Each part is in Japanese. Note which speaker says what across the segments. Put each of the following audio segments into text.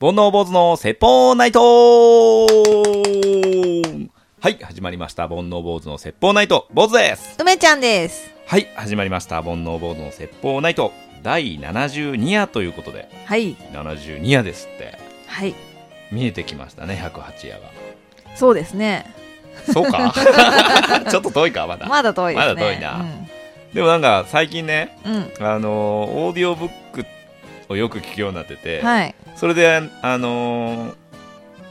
Speaker 1: 煩悩坊主の説法ナイトはい、始まりました。煩悩坊主の説法ナイト。坊主です。
Speaker 2: 梅ちゃんです。
Speaker 1: はい、始まりました。煩悩坊主の説法ナイト。第72夜ということで、
Speaker 2: はい。
Speaker 1: 72夜ですって。
Speaker 2: はい。
Speaker 1: 見えてきましたね、108夜が。
Speaker 2: そうですね。
Speaker 1: そうか ちょっと遠いか、まだ。
Speaker 2: まだ遠いですね。
Speaker 1: まだ遠いなでもなんか、最近ね、
Speaker 2: うん。うん。
Speaker 1: あのーオーディオブックをよく聞くようになってて、
Speaker 2: はい。
Speaker 1: それで、あのー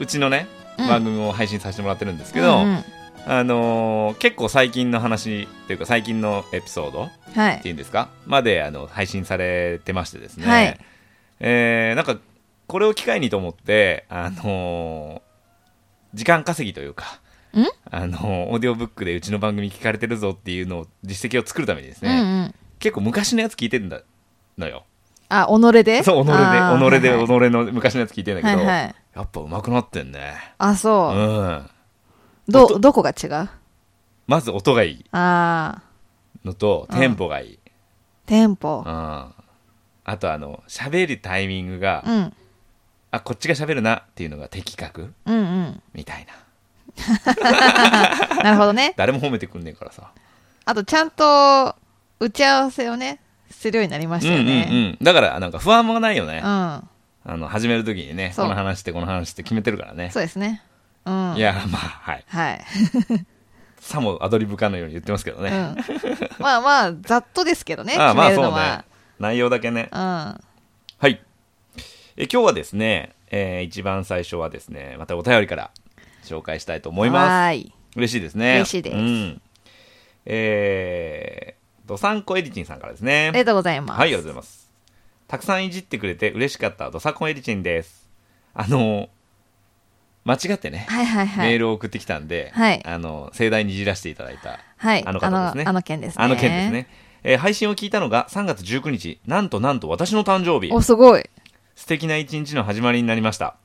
Speaker 1: うちのね、
Speaker 2: うん
Speaker 1: 番組を配信させてもらってるんですけ
Speaker 2: う
Speaker 1: ど、
Speaker 2: んうん
Speaker 1: あのー結構最近の話っていうか最近のエピソードっ
Speaker 2: は
Speaker 1: てい
Speaker 2: い。
Speaker 1: うんですかまであの配信されてましてですね、
Speaker 2: はい
Speaker 1: えーなんかこれを機会にと思って、あのー時間稼ぎというか
Speaker 2: ん
Speaker 1: あのーオーディオブックでうちの番組聞かれてるぞっていうのを実績を作るためにです
Speaker 2: うん
Speaker 1: ね、
Speaker 2: うん。
Speaker 1: 結構昔のやつ聞いてんだのよ
Speaker 2: あ、己で
Speaker 1: そう己で
Speaker 2: あー
Speaker 1: 己で
Speaker 2: はいはい
Speaker 1: 己の昔のやつ聞いてんだけど、
Speaker 2: はいはい
Speaker 1: やっぱ上手くなってんね
Speaker 2: あ、
Speaker 1: う
Speaker 2: そう。
Speaker 1: ん
Speaker 2: ど、どこが違うあ
Speaker 1: まず音がいい
Speaker 2: あ
Speaker 1: のとテンポがいい、
Speaker 2: ー、テンポ
Speaker 1: う。んあとあの喋るタイミングが、
Speaker 2: うん。
Speaker 1: あこっちが喋るなっていうのが的確
Speaker 2: うんうん。
Speaker 1: みたいな
Speaker 2: なるほどね。
Speaker 1: 誰も褒めてくんねえからさ、
Speaker 2: あと、ちゃんと、打ち合わせをね、するようになりま
Speaker 1: う
Speaker 2: し
Speaker 1: ん
Speaker 2: た
Speaker 1: う
Speaker 2: よ
Speaker 1: んう
Speaker 2: ね。
Speaker 1: んだからなんか不安もないよね、
Speaker 2: うん。
Speaker 1: あの始める時にね
Speaker 2: そう
Speaker 1: この話ってこの話って決めてるからね
Speaker 2: そうですね。うん。
Speaker 1: いやまあはい
Speaker 2: はい。
Speaker 1: さもアドリブかのように言ってますけど
Speaker 2: うん
Speaker 1: ね、。
Speaker 2: まあまあ、ざっとですけどね、
Speaker 1: ああ
Speaker 2: 決
Speaker 1: ま
Speaker 2: め
Speaker 1: あ
Speaker 2: る
Speaker 1: そう
Speaker 2: の
Speaker 1: ね
Speaker 2: は。
Speaker 1: 内容だけね
Speaker 2: うん。
Speaker 1: はいえ今日はですね、えー一番最初はですねまたお便りから紹介したいと思います
Speaker 2: はーい。
Speaker 1: 嬉しいですね。
Speaker 2: 嬉しいです
Speaker 1: うん、えー、どさんこエリチンさんからですね。
Speaker 2: ありがとうございます。
Speaker 1: はい、ありがとうございます。たくさんいじってくれて嬉しかった、どさこエリチンです。あのー、間違ってね、
Speaker 2: はいはいはい。
Speaker 1: メールを送ってきたんで、
Speaker 2: はい
Speaker 1: あのー盛大にいじらせていただいた、
Speaker 2: はい。
Speaker 1: あの方ですね
Speaker 2: あの、あの件ですね。
Speaker 1: あの件です。ね。えー配信を聞いたのが3月19日、なんとなんと私の誕生日。
Speaker 2: お、す ごい。
Speaker 1: 素敵な一日の始まりになりました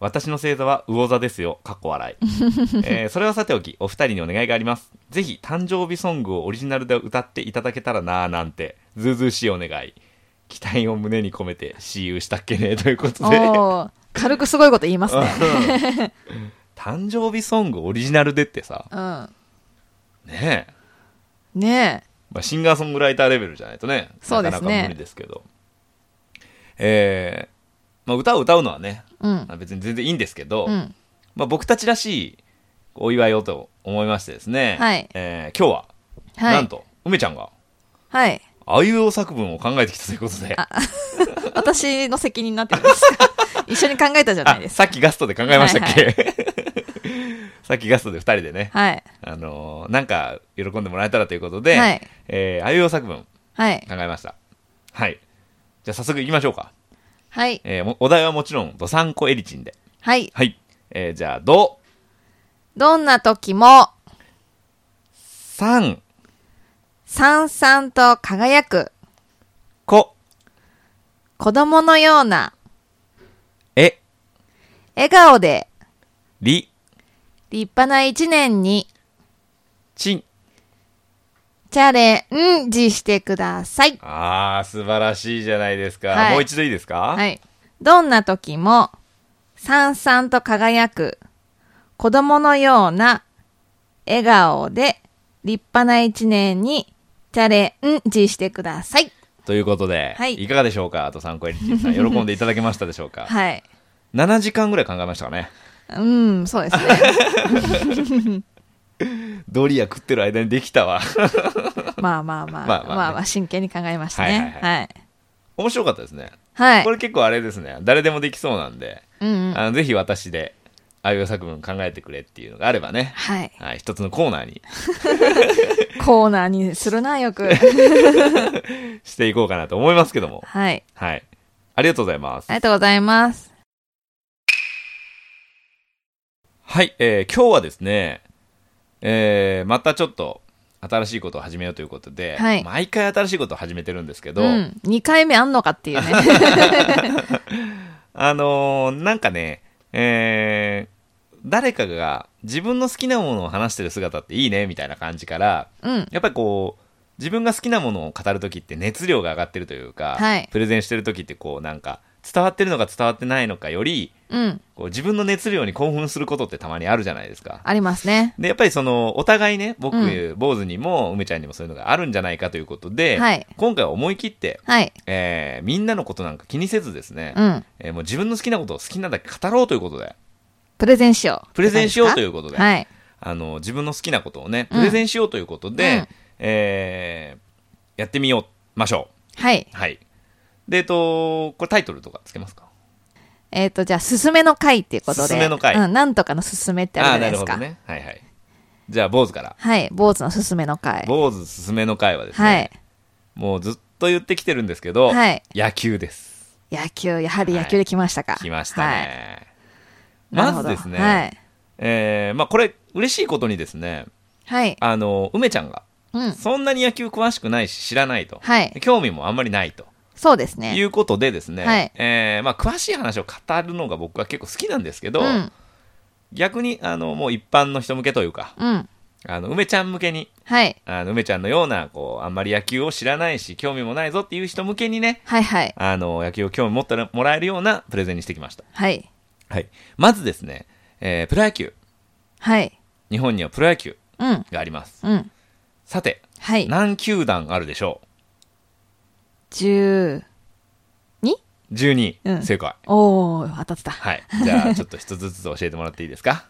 Speaker 1: 私の星座は魚座ですよかっこ笑い、 えーそれはさておきお二人にお願いがありますぜひ誕生日ソングをオリジナルで歌っていただけたらなあなんてずうずうしいお願い期待を胸に込めて See you したっけねということ
Speaker 2: お
Speaker 1: で
Speaker 2: ー軽くすごいこと言いますね。
Speaker 1: 誕生日ソングオリジナルでってさ
Speaker 2: うん。
Speaker 1: ねえ、
Speaker 2: ねえ。
Speaker 1: まあ、シンガーソングライターレベルじゃないとね
Speaker 2: そうで
Speaker 1: なか
Speaker 2: すね
Speaker 1: なか無理ですけどえーまあ、歌を歌うのはね、
Speaker 2: うん
Speaker 1: ま。あ別に全然いいんですけど、
Speaker 2: うん。
Speaker 1: まあ、僕たちらしいお祝いをと思いましてですね、
Speaker 2: はい
Speaker 1: えー今日は、
Speaker 2: はい。
Speaker 1: なん。と梅ちゃんが
Speaker 2: はい。
Speaker 1: あいうえお作文を考えてきたということであ
Speaker 2: 私の責任になってる んですか一緒に考えたじゃないですか。
Speaker 1: さっきガストで考えましたっけ、 さっきガストで2人でね、
Speaker 2: はい。
Speaker 1: あのーなんか喜んでもらえたらということで、
Speaker 2: はい
Speaker 1: えーあいうえお作文考
Speaker 2: はい。
Speaker 1: えましたはいじゃあ早速いきましょうか、
Speaker 2: はい。
Speaker 1: えーもお題はもちろんどさんこエリチンで
Speaker 2: はい。
Speaker 1: はい、えーじゃあど
Speaker 2: どんな時も、
Speaker 1: さん
Speaker 2: さんさんと輝く、
Speaker 1: こ
Speaker 2: 子供のような、
Speaker 1: え
Speaker 2: 笑顔で、
Speaker 1: り
Speaker 2: 立派な一年に、
Speaker 1: ちん
Speaker 2: チャレンジしてください。
Speaker 1: ああ、素晴らしいじゃないですか。
Speaker 2: はい
Speaker 1: もう一度いいですか、
Speaker 2: はい。どんな時も、さんさんと輝く、子供のような、笑顔で、立派な一年に、チャレンジしてください。
Speaker 1: ということで、、
Speaker 2: はいい
Speaker 1: かがでしょうかあと3個エリチンさん、喜んでいただけましたでしょう か
Speaker 2: はい。
Speaker 1: ?7 時間ぐらい考えましたかね。
Speaker 2: うん、そうです ね。
Speaker 1: ドリア食ってる間にできたわ。
Speaker 2: まあま
Speaker 1: まあ
Speaker 2: あまあ、ま
Speaker 1: まあ
Speaker 2: あ
Speaker 1: ね
Speaker 2: まあ、真剣に考えましたね。
Speaker 1: は
Speaker 2: はい。
Speaker 1: 面白かったですね。
Speaker 2: はい。
Speaker 1: これ結構あれですね。誰でもできそうなんで、
Speaker 2: うんうん。
Speaker 1: あのぜひ私で、ああいう作文考えてくれっていうのがあればね。
Speaker 2: はい。
Speaker 1: はい、一つのコーナーに
Speaker 2: コーナーにするな、よく。
Speaker 1: していこうかなと思いますけども。
Speaker 2: はい。
Speaker 1: はい。ありがとうございます
Speaker 2: あ。りがとうございます。
Speaker 1: はい、えー今日はですね、えーまたちょっと新しいことを始めようということで、
Speaker 2: はい
Speaker 1: 毎回新しいことを始めてるんですけど、
Speaker 2: うん。2回目あんのかっていうね。
Speaker 1: あのーなんかね、えー誰かが自分の好きなものを話してる姿っていいねみたいな感じから、
Speaker 2: うん。
Speaker 1: やっぱりこう、自分が好きなものを語るときって熱量が上がってるというか、
Speaker 2: はい
Speaker 1: プレゼンしてるときってこうなんか伝わってるのか伝わってないのかより
Speaker 2: うん。
Speaker 1: こう自分の熱量に興奮することってたまにあるじゃないですか
Speaker 2: ありますね。
Speaker 1: でやっぱりそのお互いね僕、
Speaker 2: う
Speaker 1: 坊主にも梅ちゃんにもそういうのがあるんじゃないかということで、
Speaker 2: はい
Speaker 1: 今回は思い切って、
Speaker 2: はい。
Speaker 1: えーみんなのことなんか気にせずですね、
Speaker 2: うん。
Speaker 1: えーもう自分の好きなことを好きなだけ語ろうということで
Speaker 2: プレゼンしよう。
Speaker 1: プレゼンしようといううことで、
Speaker 2: はい。
Speaker 1: あの自分の好きなことをね
Speaker 2: うん
Speaker 1: プレゼンしようということで、
Speaker 2: うん
Speaker 1: えーやってみようましょ
Speaker 2: はい。
Speaker 1: うはいでえっとこれタイトルとかつけますか
Speaker 2: えっ、と、じゃあ、すすめの回っていうことで。
Speaker 1: すすめの回
Speaker 2: うん、なんとかのすすめってあるじゃないですか。
Speaker 1: あーなるほどねはいはいじゃあ坊主から
Speaker 2: はい。坊主のすすめの回。
Speaker 1: 坊主すすめの会はですね、
Speaker 2: はい。
Speaker 1: もうずっと言ってきてるんですけど、
Speaker 2: はい
Speaker 1: 野球です
Speaker 2: 野球、やはり野球で来ましたか。
Speaker 1: 来ましたね、
Speaker 2: はい。な
Speaker 1: ま
Speaker 2: るほ
Speaker 1: ず
Speaker 2: ど
Speaker 1: ですね、
Speaker 2: はい。
Speaker 1: えーまあ、これ嬉しいことにですね
Speaker 2: はい。
Speaker 1: あの梅ちゃんが
Speaker 2: うん。
Speaker 1: そんなに野球詳しくないし知らないと、
Speaker 2: はい。
Speaker 1: 興味もあんまりないと
Speaker 2: そうです
Speaker 1: い
Speaker 2: ね。
Speaker 1: うことでですね、
Speaker 2: はい
Speaker 1: えーまあ、詳しい話を語るのが僕は結構好きなんですけど、
Speaker 2: うん。
Speaker 1: 逆にあのもう一般の人向けというか
Speaker 2: うん。
Speaker 1: あの梅ちゃん向けに
Speaker 2: はい。
Speaker 1: あの梅ちゃんのようなこうあんまり野球を知らないし興味もないぞっていう人向けにね
Speaker 2: はいはい。
Speaker 1: あの野球を興味持ってもらえるようなプレゼンにしてきました、
Speaker 2: はい。
Speaker 1: はい、まずですね、えープロ野球
Speaker 2: はい。
Speaker 1: 日本にはプロ野球
Speaker 2: うん。
Speaker 1: があります
Speaker 2: うん。
Speaker 1: さて
Speaker 2: はい。
Speaker 1: 何球団あるでしょ
Speaker 2: 十二
Speaker 1: う12、
Speaker 2: うん
Speaker 1: 正解
Speaker 2: おー、当たってた。
Speaker 1: はいじゃあちょっと一つずつ教えてもらっていいですか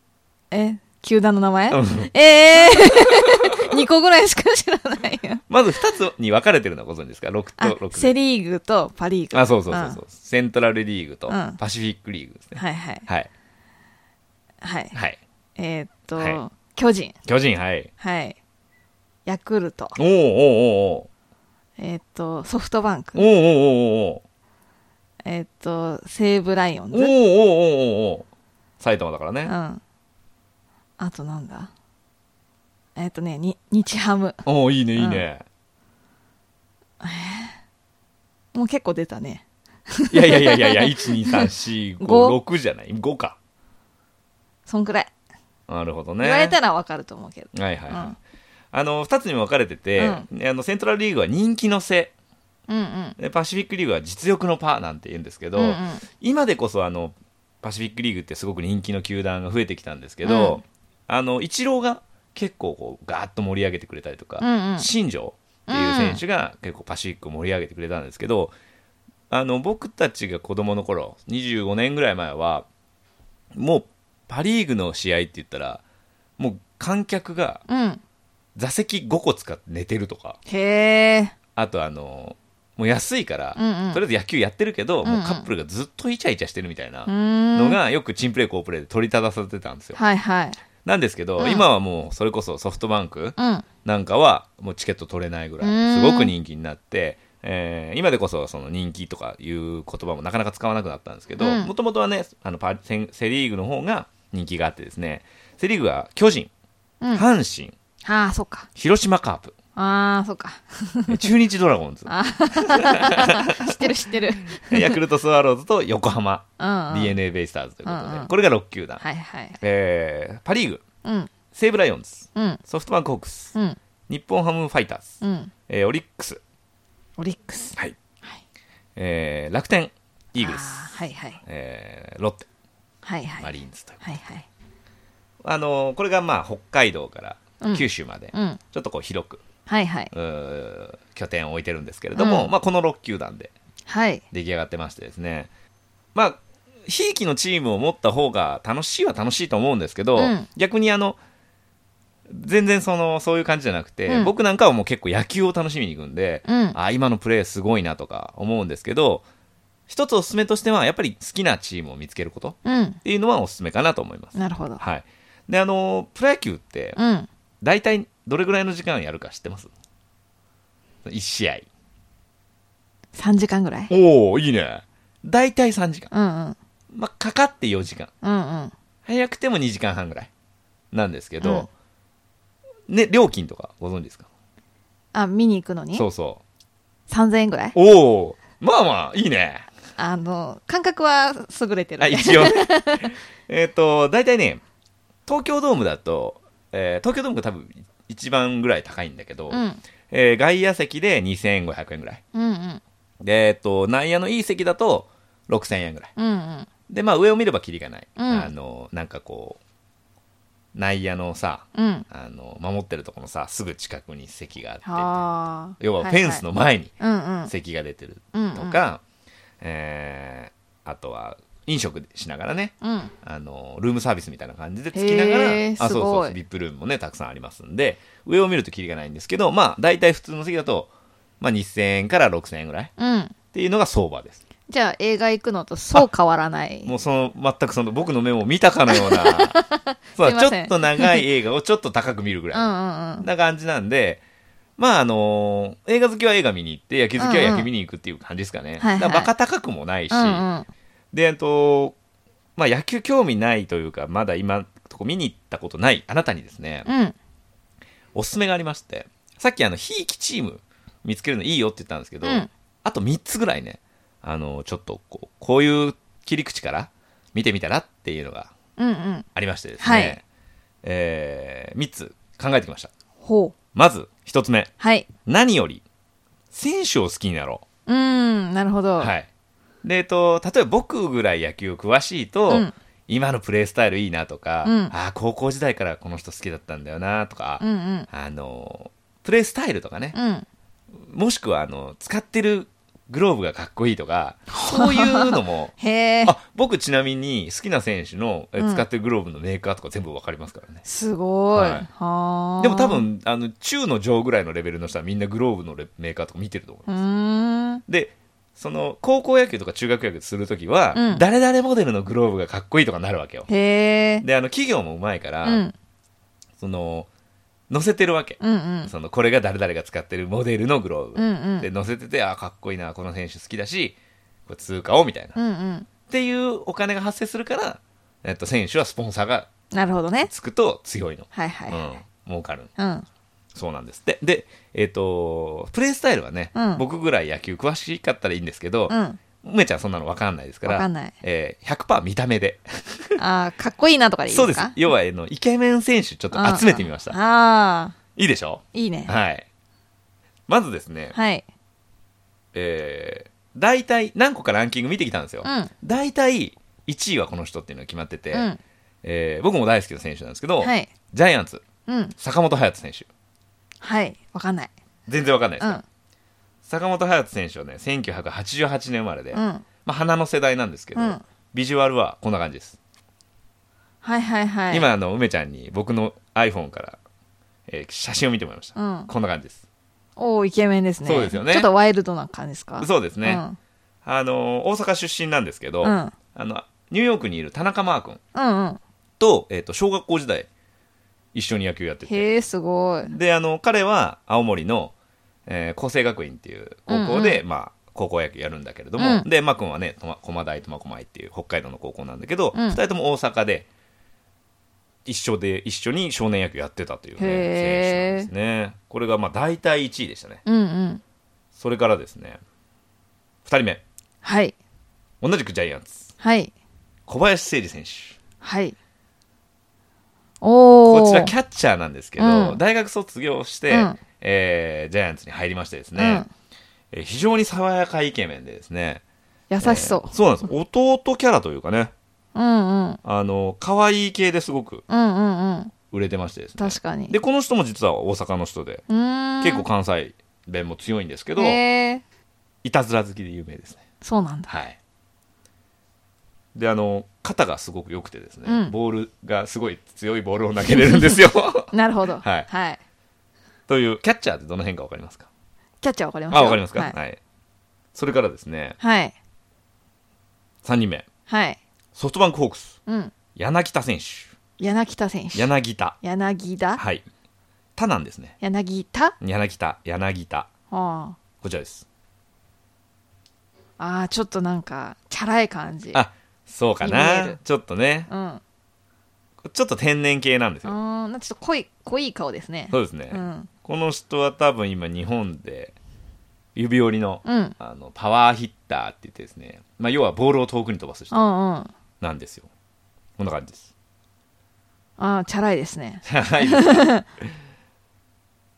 Speaker 2: え、球団の名前
Speaker 1: うん
Speaker 2: ええ ー、2個ぐらいしか知らないよ。
Speaker 1: まず2つに分かれてるのはご存知ですか6
Speaker 2: あ
Speaker 1: と、6
Speaker 2: セリーグとパリーグ。
Speaker 1: あそうそうそうそう、
Speaker 2: う
Speaker 1: セントラルリーグと
Speaker 2: うん
Speaker 1: パシフィックリーグですね、
Speaker 2: はいはい。
Speaker 1: はい
Speaker 2: はい。
Speaker 1: はい
Speaker 2: えーっと、
Speaker 1: は
Speaker 2: 巨人。
Speaker 1: 巨人はい
Speaker 2: はい。ヤクルト。
Speaker 1: おーおーお
Speaker 2: えーっと、ソフトバン
Speaker 1: ーおーお
Speaker 2: ク。
Speaker 1: ーおーおーおー
Speaker 2: えーっと、西武ライオンズ。
Speaker 1: おーおー
Speaker 2: うん。
Speaker 1: おーおー埼玉だからね、
Speaker 2: あとなんだえーっとね、に、日ハム。
Speaker 1: おおいいねいいね、
Speaker 2: もう結構出たね。
Speaker 1: いやいやいやいやいや、1、2、3、4、5、6じゃない。5か。
Speaker 2: そんくらい。
Speaker 1: なるほどね。
Speaker 2: 言われたらわかると思うけど。
Speaker 1: はいはいはい。
Speaker 2: うん
Speaker 1: あの、2つにも分かれてて、あのセントラルリーグは人気の背。
Speaker 2: うんうん。
Speaker 1: でパシフィックリーグは実力のパなんて言うんですけど、
Speaker 2: うんうん
Speaker 1: 今でこそあのパシフィックリーグってすごく人気の球団が増えてきたんですけど、
Speaker 2: うん
Speaker 1: あのイチローが結構こうガーッと盛り上げてくれたりとか、
Speaker 2: うんうん
Speaker 1: 新庄っていう選手が結構パシフィックを盛り上げてくれたんですけど、あの僕たちが子供の頃25年ぐらい前はもうパ・リーグの試合って言ったらもう観客が
Speaker 2: うん。
Speaker 1: 座席5個使って寝てるとか
Speaker 2: へえ。
Speaker 1: あとあのもう安いから、
Speaker 2: うんうん
Speaker 1: とりあえず野球やってるけど、
Speaker 2: うん
Speaker 1: も
Speaker 2: うん
Speaker 1: うカップルがずっとイチャイチャしてるみたいな
Speaker 2: うーん。
Speaker 1: のがよくチンプレー好プレーで取り立たされてたんですよ、
Speaker 2: はいはい。
Speaker 1: なんですけど、
Speaker 2: うん
Speaker 1: 今はもうそれこそソフトバンク
Speaker 2: うん。
Speaker 1: なんかはもうチケット取れないぐら
Speaker 2: うー
Speaker 1: い
Speaker 2: ん
Speaker 1: すごく人気になって、えー今でこそその人気とかいう言葉もなかなか使わなくなったんですけど
Speaker 2: うん
Speaker 1: もともとはねあのパセンセ・リーグの方が人気があってですねセ・リーグは巨人、
Speaker 2: うん
Speaker 1: 阪神
Speaker 2: ああ、そっか。
Speaker 1: 広島カープ
Speaker 2: ああ、そっか。
Speaker 1: え ー中日ドラゴンズ
Speaker 2: 知ってる 知ってる。
Speaker 1: ヤクルトスワローズと横浜
Speaker 2: うん、うん。
Speaker 1: d n a ベイスターズということで、
Speaker 2: うんうん
Speaker 1: これが6球団、
Speaker 2: はいはい。
Speaker 1: えーパ・リーグ
Speaker 2: うん。
Speaker 1: 西武ライオンズ
Speaker 2: うん。
Speaker 1: ソフトバンクホークス
Speaker 2: うん。
Speaker 1: 日本ハムファイターズ、
Speaker 2: うん。
Speaker 1: えーオリックス、
Speaker 2: オリックス。
Speaker 1: はい
Speaker 2: はい
Speaker 1: えー楽天イーグルス、
Speaker 2: あーはいはい。
Speaker 1: えーロッテ
Speaker 2: はいはい。
Speaker 1: マリーンズという、
Speaker 2: はいはい。
Speaker 1: あのーこれがまあ北海道か
Speaker 2: うん
Speaker 1: ら九州まで、
Speaker 2: うん。
Speaker 1: ちょっとこう広く
Speaker 2: はいはい。
Speaker 1: うー拠点を置いてるんですけれども、
Speaker 2: うん
Speaker 1: まあ、この6球団で
Speaker 2: はい。
Speaker 1: 出来上がってましてですねまあひいきのチームを持った方が楽しいは楽しいと思うんですけど、
Speaker 2: うん
Speaker 1: 逆にあの全然そのそういう感じじゃなくて、
Speaker 2: うん
Speaker 1: 僕なんかはもう結構野球を楽しみに行くんで、
Speaker 2: うん。
Speaker 1: あ今のプレーすごいなとか思うんですけど一つおすすめとしてはやっぱり好きなチームを見つけることっ
Speaker 2: うん。
Speaker 1: ていうのはおすすめかなと思います。
Speaker 2: なるほど。
Speaker 1: はい、であのプロ野球って
Speaker 2: うん。
Speaker 1: 大体どれぐらいの時間やるか知ってます ?1 試合。
Speaker 2: 3時間ぐらい。
Speaker 1: おおいいね。大体3時間。
Speaker 2: うんうん。
Speaker 1: まあ、かかって4時間。
Speaker 2: うんうん。
Speaker 1: 早くても2時間半ぐらいなんですけど、ね、料金とかご存知ですか
Speaker 2: あ、見に行くのに
Speaker 1: そうそ。
Speaker 2: 3000円ぐらいう
Speaker 1: おおまあまあ、いいね。
Speaker 2: あの、感覚は優れてる
Speaker 1: あ、
Speaker 2: ね。
Speaker 1: 一 応。えっと、大体ね、東京ドームだと、えー東京ドームが多分一番ぐらい高いんだけど、
Speaker 2: うん。
Speaker 1: えー外野席で2500円ぐらい。
Speaker 2: うんうん。
Speaker 1: で、えっと、内野のいい席だと、 6000円ぐらい。
Speaker 2: うんうん。
Speaker 1: で、まあ上を見ればキリがない。
Speaker 2: うん
Speaker 1: あの、なんかこう、内野のさ、
Speaker 2: うん。
Speaker 1: あの、守ってるとこのさ、すぐ近くに席があって、
Speaker 2: はあ。
Speaker 1: 要はフェンスの前に
Speaker 2: はいはい。うんうん。
Speaker 1: 席が出てる
Speaker 2: うんうん
Speaker 1: とか、えーあとは飲食しながらね、
Speaker 2: うん。
Speaker 1: あのルームサービスみたいな感じでつきながら、
Speaker 2: へー
Speaker 1: あ
Speaker 2: す
Speaker 1: そう
Speaker 2: ご
Speaker 1: そ
Speaker 2: いう
Speaker 1: そう VIP ルームもねたくさんありますんで上を見るとキリがないんですけどまあ大体普通の席だと、まあ、2000円から6000円ぐらいっ
Speaker 2: うん。
Speaker 1: ていうのが相場です
Speaker 2: じゃあ映画行くのとそう変わらない。
Speaker 1: もうその全くその僕の目を見たかのよう なそう
Speaker 2: すいま
Speaker 1: ちょ
Speaker 2: せん
Speaker 1: っと長い映画をちょっと高く見るぐ
Speaker 2: うんう
Speaker 1: ら
Speaker 2: んう
Speaker 1: い
Speaker 2: ん。
Speaker 1: な感じなんでまああのー映画好きは映画見に行って野球好きは野球見に行くっていう感じですかね、
Speaker 2: はいはい
Speaker 1: だからバカ高くもないし、
Speaker 2: うんうん。
Speaker 1: で、えっと、まあ、野球興味ないというか、まだ今、とこ見に行ったことないあなたにですね、
Speaker 2: うん。
Speaker 1: おすすめがありまして、さっきあの、ひいきチーム見つけるのいいよって言ったんですけど、
Speaker 2: うん
Speaker 1: あと3つぐらいね、あの、ちょっとこう、こういう切り口から見てみたらっていうのが
Speaker 2: うんうん。
Speaker 1: ありましてですね、
Speaker 2: はい
Speaker 1: えー、3つ考えてきました。
Speaker 2: ほう。
Speaker 1: まず、1つ目、
Speaker 2: はい。
Speaker 1: 何より、選手を好きになろう。
Speaker 2: うーん。なるほど。
Speaker 1: はい、で、えっと、例えば僕ぐらい野球詳しいと、
Speaker 2: うん
Speaker 1: 今のプレースタイルいいなとか、
Speaker 2: うん
Speaker 1: あー高校時代からこの人好きだったんだよなとか、
Speaker 2: うんうん。
Speaker 1: あのプレースタイルとかね、
Speaker 2: うん。
Speaker 1: もしくはあの使ってるグローブがかっこいいとかそういうのも
Speaker 2: へえ。
Speaker 1: あ僕ちなみに好きな選手のえ
Speaker 2: うん
Speaker 1: 使ってるグローブのメーカーとか全部わかりますからね、
Speaker 2: すごい。
Speaker 1: はい
Speaker 2: はあ。
Speaker 1: でも多。分あの中の上ぐらいのレベルの人はみんなグローブのレメーカーとか見てると思う
Speaker 2: うーん。
Speaker 1: でその高校野球とか中学野球するときは、
Speaker 2: うん
Speaker 1: 誰々モデルのグローブがかっこいいとかなるわけよ
Speaker 2: へえ。
Speaker 1: であの企業もうまいから、
Speaker 2: うん。
Speaker 1: その載せてるわけ、
Speaker 2: うんうん。
Speaker 1: そのこれが誰々が使ってるモデルのグローブ、
Speaker 2: うんうん。
Speaker 1: で載せててあかっこいいなこの選手好きだしこれ通貨をみたいな、っ
Speaker 2: うんうん。
Speaker 1: ていうお金が発生するから、えっと、選手はスポンサーが
Speaker 2: なるほどね。
Speaker 1: つくと強いの、
Speaker 2: はいはい。
Speaker 1: うん、儲かる
Speaker 2: うん。
Speaker 1: そうなんですでで、えっとプレースタイルはね、
Speaker 2: うん
Speaker 1: 僕ぐらい野球詳しかったらいいんですけど、
Speaker 2: うん。
Speaker 1: 梅ちゃんそんなの分かんないですから
Speaker 2: わかんない
Speaker 1: えー、100%見た目で
Speaker 2: あーかっこいいなとかでいいです
Speaker 1: そ
Speaker 2: か
Speaker 1: うです要はあのイケメン選手ちょっと集めてみまし
Speaker 2: うん
Speaker 1: た
Speaker 2: ああ、
Speaker 1: いいでしょ
Speaker 2: いいね。
Speaker 1: はいまずですね、
Speaker 2: はい。
Speaker 1: えー、大体何個かランキング見てきたんですよ、
Speaker 2: うん
Speaker 1: 大体1位はこの人っていうのが決まってて、
Speaker 2: うん。
Speaker 1: えー僕も大好きな選手なんですけど、
Speaker 2: はい。
Speaker 1: ジャイアンツ
Speaker 2: うん。
Speaker 1: 坂本勇人選手
Speaker 2: はい。わかんない。
Speaker 1: 全然分かんないで
Speaker 2: う
Speaker 1: す
Speaker 2: ん
Speaker 1: よ。坂本勇人選手はね1988年生まれで、
Speaker 2: う
Speaker 1: ま
Speaker 2: ん。
Speaker 1: あ、花の世代なんですけど、
Speaker 2: うん
Speaker 1: ビジュアルはこんな感じです
Speaker 2: はいはいはい。。
Speaker 1: 今あの梅ちゃんに僕の iPhone から、えー写真を見てもらいました、
Speaker 2: うん
Speaker 1: こんな感じです
Speaker 2: おーイケメンですね。
Speaker 1: そうですよね
Speaker 2: ちょっとワイルドな感じですか
Speaker 1: そうですね、
Speaker 2: うん。
Speaker 1: あの大阪出身なんですけど、
Speaker 2: うん
Speaker 1: あのニューヨークにいる田中マー君
Speaker 2: うんうん。
Speaker 1: と,、えー、と小学校時代一緒に野球やってて
Speaker 2: へえ、すごい。
Speaker 1: であの彼は青森の、えー、厚生学院っていう高校で、まあ、高校野球やるんだけれども、
Speaker 2: うん
Speaker 1: でマー君はね苫駒大苫小牧っていう北海道の高校なんだけど、
Speaker 2: う
Speaker 1: 二
Speaker 2: ん
Speaker 1: 2人とも大阪で一緒で一緒に少年野球やってたという、ね、
Speaker 2: へ
Speaker 1: 選
Speaker 2: ー
Speaker 1: 手なんですねこれがまあ大体1位でしたね
Speaker 2: うんうん。
Speaker 1: それからですね2人目
Speaker 2: はい。
Speaker 1: 同じくジャイアンツ
Speaker 2: はい。
Speaker 1: 小林誠司選手
Speaker 2: はい。おー。
Speaker 1: こちらキャッチャーなんですけど、
Speaker 2: うん
Speaker 1: 大学卒業して、
Speaker 2: うん
Speaker 1: えージャイアンツに入りましてですね、えー非常に爽やかイケメンでですね
Speaker 2: うん。優しそう。
Speaker 1: えーそうなんです弟キャラというかね
Speaker 2: うんうん。
Speaker 1: あの可愛い系ですごく
Speaker 2: うんうんうん。
Speaker 1: 売れてましてですね
Speaker 2: 確かに。
Speaker 1: でこの人も実は大阪の人で
Speaker 2: うーん。
Speaker 1: 結構関西弁も強いんですけど、
Speaker 2: へえ。
Speaker 1: いたずら好きで有名ですね
Speaker 2: そうなんだ。
Speaker 1: はいであの肩がすごく良くてですね、
Speaker 2: うん
Speaker 1: ボールがすごい強いボールを投げれるん ですよ
Speaker 2: なるほど。
Speaker 1: はい
Speaker 2: はい。
Speaker 1: というキャッチャーってどの辺か分かりますか
Speaker 2: キャッチャーわかりますよ
Speaker 1: あ分かりますか
Speaker 2: は
Speaker 1: はいい、。それからですね
Speaker 2: はい。
Speaker 1: 3人目
Speaker 2: はい。
Speaker 1: ソフトバンクホークス
Speaker 2: うん。
Speaker 1: 柳田選手
Speaker 2: 柳田選手。
Speaker 1: 柳田
Speaker 2: 柳田
Speaker 1: はい田なんですね
Speaker 2: 柳田
Speaker 1: 柳田柳田
Speaker 2: あ
Speaker 1: こちらです
Speaker 2: あああ、ちょっとなんか、チャラい感じ。
Speaker 1: あそうか
Speaker 2: に見え
Speaker 1: な
Speaker 2: る
Speaker 1: ちょっとね
Speaker 2: うん。う
Speaker 1: ちょっと天然系なんですよ
Speaker 2: ーん。なんかちょっと濃い、濃い顔ですね。
Speaker 1: そうですね、
Speaker 2: うん。
Speaker 1: この人は多分今日本で指折りの,、
Speaker 2: うん。
Speaker 1: あのパワーヒッターって言ってですね、まあ、要はボールを遠くに飛ばす
Speaker 2: う
Speaker 1: 人
Speaker 2: んうん。
Speaker 1: なんですよこんな感じです
Speaker 2: ああ、チャラいですね。
Speaker 1: はい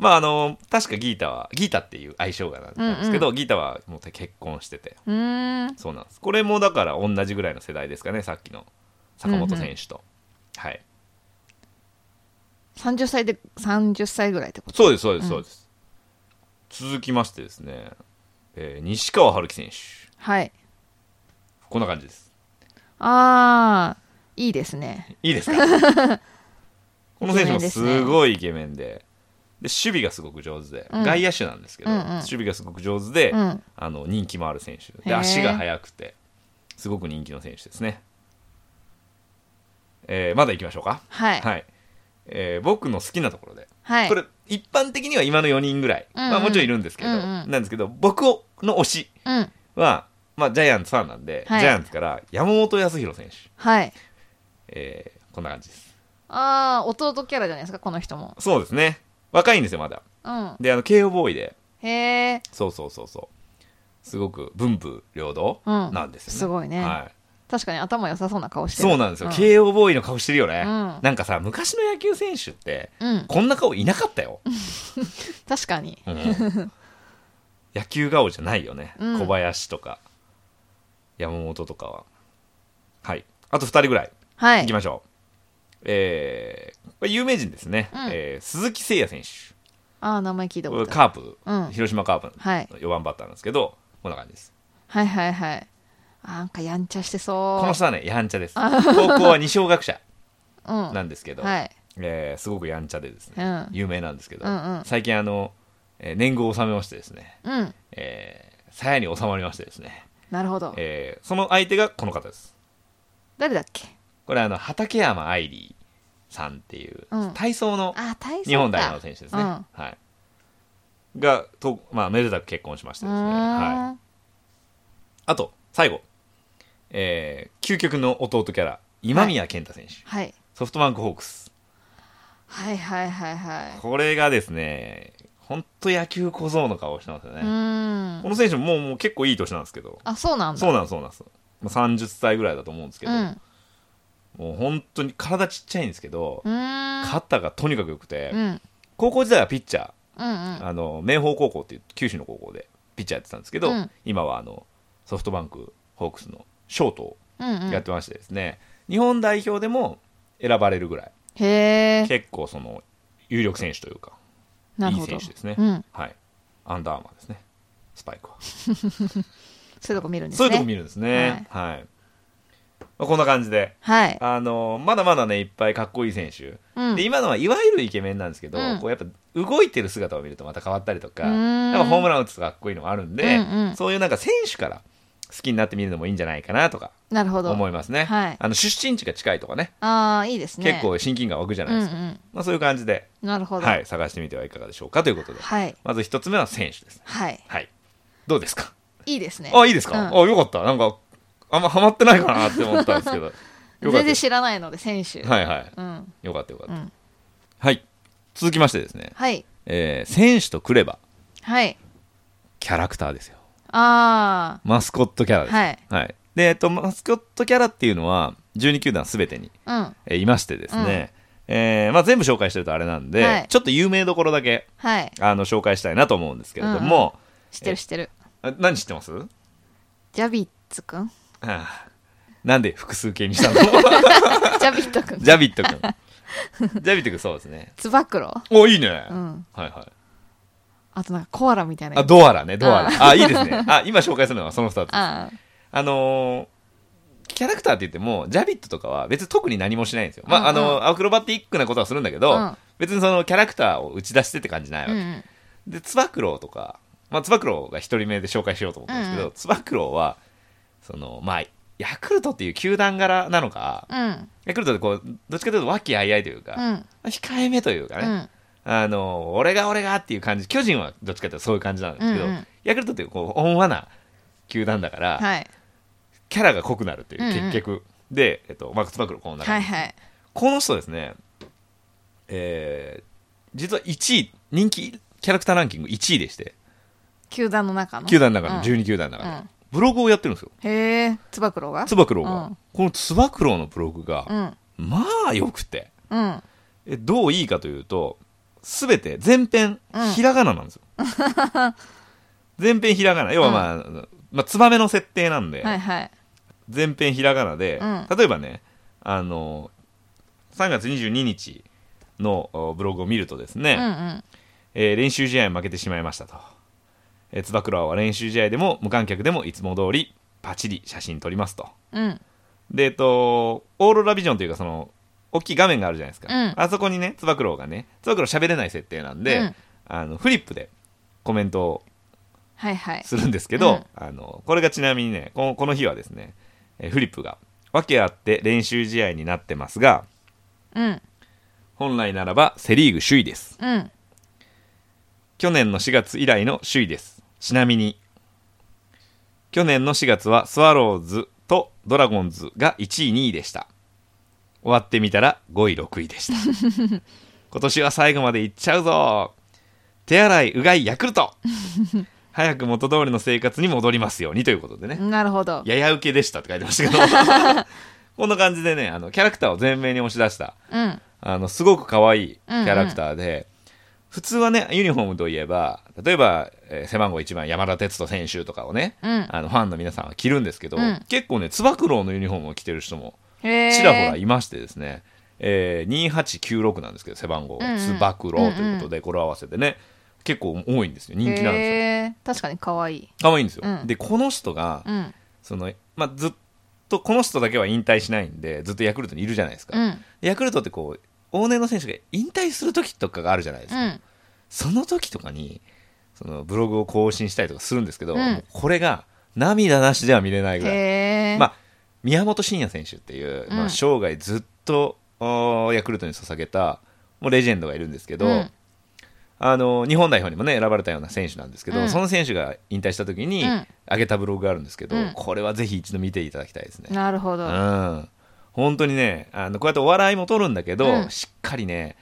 Speaker 1: まああの確かギータはギータっていう愛称がなんですけど、ギータはもう結婚してて
Speaker 2: うーん。
Speaker 1: そうなんですこれもだから同じぐらいの世代ですかねさっきの坂本選手と、はい
Speaker 2: 30歳で、30歳ぐらいってこと
Speaker 1: そうですそうですそうです、続きましてですね、えー西川春樹選手
Speaker 2: はい。
Speaker 1: こんな感じです
Speaker 2: あー、いいですね。
Speaker 1: いいですか この選手も
Speaker 2: イケメンですね
Speaker 1: すごいイケメンでで守備がすごく上手で、
Speaker 2: うん
Speaker 1: 外野手なんですけど、
Speaker 2: うんうん
Speaker 1: 守備がすごく上手で、
Speaker 2: うん。
Speaker 1: あの人気もある選手
Speaker 2: へ
Speaker 1: で
Speaker 2: ー
Speaker 1: 足が速くてすごく人気の選手ですね、えーまだ行きましょうか
Speaker 2: はい。
Speaker 1: はい、えー僕の好きなところで、
Speaker 2: はい。
Speaker 1: これ一般的には今の4人ぐらい、
Speaker 2: うんうん
Speaker 1: まあ、もちろんいるんですけど、
Speaker 2: うんうん
Speaker 1: なんですけど僕の推し
Speaker 2: うん。
Speaker 1: は、まあ、ジャイアンツファンなんで、
Speaker 2: はい
Speaker 1: ジャイアンツから山本康弘選手、
Speaker 2: はい。
Speaker 1: えーこんな感じです
Speaker 2: あー、弟キャラじゃないですか、この人も。
Speaker 1: そうですね若いんですよまだ
Speaker 2: うん。
Speaker 1: であの慶応ボーイで
Speaker 2: へー。
Speaker 1: そうそうそうそうすごく文武両道
Speaker 2: うん
Speaker 1: なんですよね、
Speaker 2: すごいね
Speaker 1: はい、
Speaker 2: 確かに頭良さそうな顔してる。
Speaker 1: そうなんですよ、慶応ボーイの顔してるよね、
Speaker 2: うん
Speaker 1: なんかさ昔の野球選手って
Speaker 2: うん。
Speaker 1: こんな顔いなかったよ、
Speaker 2: 確かに。
Speaker 1: うん野球顔じゃないよね、
Speaker 2: うん
Speaker 1: 小林とか山本とかははいあと2人ぐらい
Speaker 2: はいい
Speaker 1: き。ましょう、えーこれ有名人ですね、
Speaker 2: うん
Speaker 1: えー鈴木誠也選手
Speaker 2: あー、名前聞いた
Speaker 1: こ
Speaker 2: こ
Speaker 1: れ
Speaker 2: とある。
Speaker 1: カープ、
Speaker 2: うん
Speaker 1: 広島カープ
Speaker 2: はい。
Speaker 1: の4番バッターなんですけどこんな感じです
Speaker 2: はいはいはい。あー、なんかやんちゃしてそう。
Speaker 1: この人はねやんちゃです高校は二小学者
Speaker 2: うん。
Speaker 1: なんですけど、
Speaker 2: はい。
Speaker 1: えーすごくやんちゃでですね、
Speaker 2: うん
Speaker 1: 有名なんですけど、
Speaker 2: うんうん
Speaker 1: 最近あの、えー年貢を納めましてですね、
Speaker 2: うん。
Speaker 1: えー、鞘に収まりましてですね、
Speaker 2: なるほど。
Speaker 1: えーその相手がこの方です
Speaker 2: 誰だっけ
Speaker 1: これあの畠山愛理さんっていう、
Speaker 2: うん
Speaker 1: 体操の
Speaker 2: あー、大佐か
Speaker 1: 日本代表の選手ですね、
Speaker 2: うん
Speaker 1: はいがと、まあ、めでたく結婚しまして
Speaker 2: う
Speaker 1: ですね、はい、
Speaker 2: ーん。
Speaker 1: あと最後、えー究極の弟キャラ今宮健太選手、
Speaker 2: はい。
Speaker 1: ソフトバンクホークス
Speaker 2: はいはいはいはい。
Speaker 1: これがですね、本当野球小僧の顔をしてますよね。
Speaker 2: うーん。
Speaker 1: この選手ももうもう結構いい年なんですけど、
Speaker 2: あ、そうなんだ。
Speaker 1: そうなんですそうなんです。まあ30歳ぐらいだと思うんですけど、
Speaker 2: うん。う
Speaker 1: もう本当に体ちっちゃいんですけど、
Speaker 2: ーん。
Speaker 1: 肩がとにかく良くて、
Speaker 2: うん。うん
Speaker 1: 高校時代はピッチャー、
Speaker 2: うん。
Speaker 1: あの明豊高校っていう九州の高校でピッチャーやってたんですけど、
Speaker 2: うん
Speaker 1: 今はあのソフトバンクホークスのショートを
Speaker 2: うんう
Speaker 1: やっ
Speaker 2: ん。
Speaker 1: てましてですね、日本代表でも選ばれるぐらい、
Speaker 2: へえ。
Speaker 1: 結構その有力選手というか、
Speaker 2: ないる
Speaker 1: い
Speaker 2: ほど。
Speaker 1: 選手ですね。
Speaker 2: うん。
Speaker 1: はい。アンダーアーマーですね。スパイクは。
Speaker 2: そういうとこ見るんです
Speaker 1: そうい
Speaker 2: ね。
Speaker 1: うとこ見るんですね。はい。まあ、こんな感じで。
Speaker 2: はい。
Speaker 1: あのまだまだね、いっぱいかっこいい選手。
Speaker 2: うん
Speaker 1: で、。今のはいわゆるイケメンなんですけど、
Speaker 2: うん
Speaker 1: こうやっぱ動いてる姿を見るとまた変わったりとか、
Speaker 2: うーん
Speaker 1: やっぱホームラン打つとかっこいいのもあるんで、
Speaker 2: うんうん
Speaker 1: そういうなんか選手から好きになってみるのもいいんじゃないかなとか
Speaker 2: なるほど。
Speaker 1: 思いますね。
Speaker 2: はい
Speaker 1: あの出身地が近いとかね、
Speaker 2: ああ、いいですね。
Speaker 1: 結構親近感湧くじゃな
Speaker 2: う
Speaker 1: い
Speaker 2: んう
Speaker 1: ですか。
Speaker 2: ん。
Speaker 1: まあ、そういう感じで、
Speaker 2: なるほど。
Speaker 1: は。い、探してみてはいかがでしょうかということで、
Speaker 2: はい。
Speaker 1: まず一つ目は選手ですね。
Speaker 2: はい。
Speaker 1: はい。どうですか
Speaker 2: いいですね。
Speaker 1: あ、いいですか、
Speaker 2: うん
Speaker 1: あ、よかった。なんか、あんまハマってないかなって思ったんですけど。よかった
Speaker 2: 全然
Speaker 1: です。
Speaker 2: 知らないので、選手。
Speaker 1: はいはい。
Speaker 2: うん。
Speaker 1: よかったよかった。
Speaker 2: うん
Speaker 1: はい。続きましてですね、
Speaker 2: はい。
Speaker 1: えー選手とくれば、
Speaker 2: はい。
Speaker 1: キャラクターですよ。
Speaker 2: あ
Speaker 1: マスコットキャラです。
Speaker 2: はい。
Speaker 1: で、えっと、マスコットキャラっていうのは、12球団すべてに、
Speaker 2: あ。うん。
Speaker 1: えーいましてですね、えーまあ、全部紹介してるとあれなんで、
Speaker 2: はい
Speaker 1: ちょっと有名どころだけ
Speaker 2: はい。
Speaker 1: あの紹介したいなと思うんですけれども、
Speaker 2: 知ってる知ってる。
Speaker 1: あ何知ってます
Speaker 2: ジャビッツくん
Speaker 1: あーなんで複数形にしたの
Speaker 2: ジャビットくん。
Speaker 1: ジャビットくん。ジャビットくん、そうですね。
Speaker 2: つば九郎。
Speaker 1: お、いいね。
Speaker 2: うん。
Speaker 1: はいはい。
Speaker 2: あとなんかコアラみたいな
Speaker 1: あ、
Speaker 2: やつ。
Speaker 1: ドアラね、ドアラ。あ、いいですね。あ、今紹介するのはその2つ。あ
Speaker 2: あ
Speaker 1: のーキャラクターって言っても、ジャビットとかは別に特に何もしないんですよ。まあ、あ
Speaker 2: うんうん
Speaker 1: の、アクロバティックなことはするんだけど、
Speaker 2: うん
Speaker 1: 別にそのキャラクターを打ち出してって感じないわ
Speaker 2: あ。
Speaker 1: け。
Speaker 2: うんうん。
Speaker 1: で、つば九郎とか、まあ、つば九郎が一人目で紹介しようと思ったんですけ
Speaker 2: うん
Speaker 1: ど、つば九郎は、その、まあ、ヤクルトっていう球団柄なのか、
Speaker 2: うん。
Speaker 1: ヤクルトってこう、どっちかというと和気あいあいというか、
Speaker 2: う
Speaker 1: ま
Speaker 2: ん。
Speaker 1: あ控えめというかね、
Speaker 2: うん。
Speaker 1: あの、俺が俺がっていう感じ、巨人はどっちかというとそういう感じなんですけど、
Speaker 2: うんうん
Speaker 1: ヤクルトってこう、温和な球団だから、
Speaker 2: はい。
Speaker 1: キャラが濃くなるっていう、
Speaker 2: うんうん
Speaker 1: 結局。で、えっと、マックス・パクロ、この中、
Speaker 2: はいはい。
Speaker 1: この人ですね、えー、実は1位、人気キャラクターランキング1位でして、
Speaker 2: 球団の中の。
Speaker 1: 球団の中の、
Speaker 2: うん
Speaker 1: 12球団の中で、
Speaker 2: うん
Speaker 1: ブログをやってるんですよ、
Speaker 2: へえ。つば九郎が
Speaker 1: つば九郎が。
Speaker 2: うん
Speaker 1: このつば九郎のブログが、
Speaker 2: うん。
Speaker 1: まあ、良くて。
Speaker 2: うん。
Speaker 1: えどういいかというとすべて全編
Speaker 2: うん
Speaker 1: ひらがななんです よ、全編ひらがな要はまあ、まあ、ツバメの設定なんで、
Speaker 2: はいはい。
Speaker 1: 全編ひらがなで、
Speaker 2: う
Speaker 1: 例えばねあの3月22日のおブログを見るとですね、
Speaker 2: うんうん。
Speaker 1: えー練習試合に負けてしまいましたと、えー、つば九郎は練習試合でも無観客でもいつも通りパチリ写真撮りますと
Speaker 2: うん。
Speaker 1: でえっとオーロラビジョンというかその大きい画面があるじゃないですか、
Speaker 2: うん
Speaker 1: あそこにねつば九郎がねつば九郎喋れない設定なんで、
Speaker 2: うん
Speaker 1: あのフリップでコメントを
Speaker 2: はいはい。
Speaker 1: するんですけど、
Speaker 2: うん
Speaker 1: あのこれがちなみにねこのこの日はですね、えーフリップが訳あって練習試合になってますが
Speaker 2: うん。
Speaker 1: 本来ならばセ・リーグ首位です
Speaker 2: うん。
Speaker 1: 去年の4月以来の首位ですちなみに去年の4月はスワローズとドラゴンズが1位2位でした終わってみたら5位6位でした 今年は最後までいっちゃうぞ手洗いうがいヤクルト早く元通りの生活に戻りますようにということでね
Speaker 2: なるほど。
Speaker 1: やや受けでしたって書いてましたけ どこんな感じでねあのキャラクターを前面に押し出した
Speaker 2: うん。
Speaker 1: あのすごく可愛いキャラクターで、普通はねユニフォームといえば例えば、えー背番号1番山田哲人選手とかをね、
Speaker 2: うん
Speaker 1: あのファンの皆さんは着るんですけど、
Speaker 2: うん
Speaker 1: 結構ねつば九郎のユニフォームを着てる人も
Speaker 2: へえ。
Speaker 1: ちらほらいましてですね、えー2896なんですけど背番号
Speaker 2: うんうん
Speaker 1: つば九郎ということでこれを合わせてね結構多いんですよ人気なんですよ
Speaker 2: へえ。確かに可愛い。
Speaker 1: 可愛いんですよ、
Speaker 2: うん
Speaker 1: でこの人が、
Speaker 2: うん。
Speaker 1: そのまあ、ずっとこの人だけは引退しないんでずっとヤクルトにいるじゃないですか、
Speaker 2: うん。
Speaker 1: でヤクルトってこう往年の選手が引退する時とかがあるじゃないです
Speaker 2: う
Speaker 1: か、
Speaker 2: ん。
Speaker 1: その時とかにそのブログを更新したりとかするんですけど、
Speaker 2: うん
Speaker 1: もうこれが涙なしでは見れないぐらい、
Speaker 2: へえ。
Speaker 1: まあ、宮本慎也選手っていう、ま
Speaker 2: う
Speaker 1: あ、
Speaker 2: ん
Speaker 1: 生涯ずっとおーヤクルトに捧げたもうレジェンドがいるんですけど、
Speaker 2: うん
Speaker 1: あの日本代表にもね選ばれたような選手なんですけど、
Speaker 2: うん
Speaker 1: その選手が引退した時に
Speaker 2: うん
Speaker 1: 上げたブログがあるんですけど、
Speaker 2: うん
Speaker 1: これはぜひ一度見ていただきたいですね。
Speaker 2: なるほど。
Speaker 1: うん、本当にねあのこうやってお笑いも取るんだけど、
Speaker 2: うん
Speaker 1: しっかりね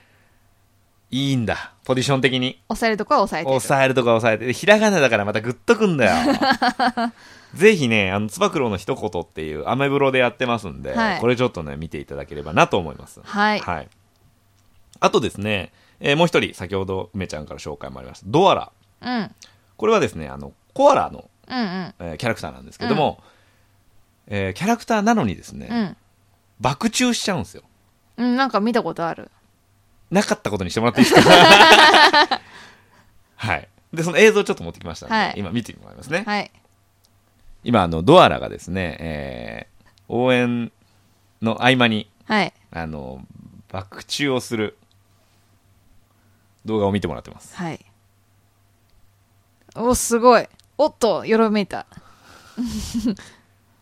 Speaker 1: いいんだポジション的に
Speaker 2: 抑えるとこは抑えてる。
Speaker 1: 抑えるとか抑えてでひらがなだからまたグッとくんだよ ぜひねあのつば九郎の一言っていうアメブロでやってますんで、
Speaker 2: はい
Speaker 1: これちょっとね見ていただければなと思います
Speaker 2: はい。
Speaker 1: あとですね、えーもう一人先ほど梅ちゃんから紹介もありましたドアラ
Speaker 2: うん。うん
Speaker 1: これはですねあのコアラの、
Speaker 2: うん。
Speaker 1: えーキャラクターなんですけども、えーキャラクターなのにですね、
Speaker 2: うん。
Speaker 1: 爆中しちゃうんですよ
Speaker 2: うん、なんか見たことある。
Speaker 1: なかったことにしてもらっていい ですかはい。で、その映像をちょっと持ってきましたので、
Speaker 2: はい
Speaker 1: 今見てもらいますね。
Speaker 2: はい。
Speaker 1: 今、あの、ドアラがですね、えー応援の合間に、
Speaker 2: はい。
Speaker 1: あの、爆中をする動画を見てもらってます。
Speaker 2: はい。お、すごい。おっと、よろめいた。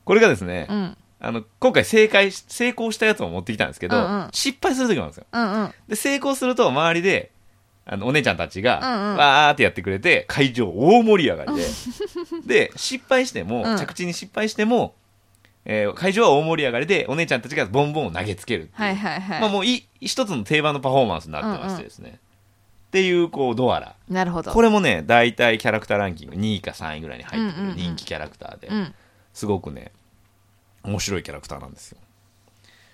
Speaker 1: これがですね、
Speaker 2: うん。
Speaker 1: あの、今回正解し、成功したやつを持ってきたんですけど、
Speaker 2: うんうん
Speaker 1: 失敗する時もあるんですよ。
Speaker 2: うんうん。
Speaker 1: で、成功すると周りで、あの、お姉ちゃんたちが、
Speaker 2: うんうん
Speaker 1: わーってやってくれて、会場大盛り上がり で、で、失敗しても、
Speaker 2: うん
Speaker 1: 着地に失敗しても、えー会場は大盛り上がりで、お姉ちゃんたちがボンボンを投げつけるっていう
Speaker 2: はいはいはい。
Speaker 1: まあもうい一つの定番のパフォーマンスになってましてですね。っていう、こう、ドアラ。
Speaker 2: なるほど。
Speaker 1: これもね、大体キャラクターランキング2位か3位ぐらいに入ってく
Speaker 2: うんうんう
Speaker 1: る
Speaker 2: ん
Speaker 1: 人気キャラクターで、
Speaker 2: うん。
Speaker 1: すごくね、面白いキャラクターなんですよ。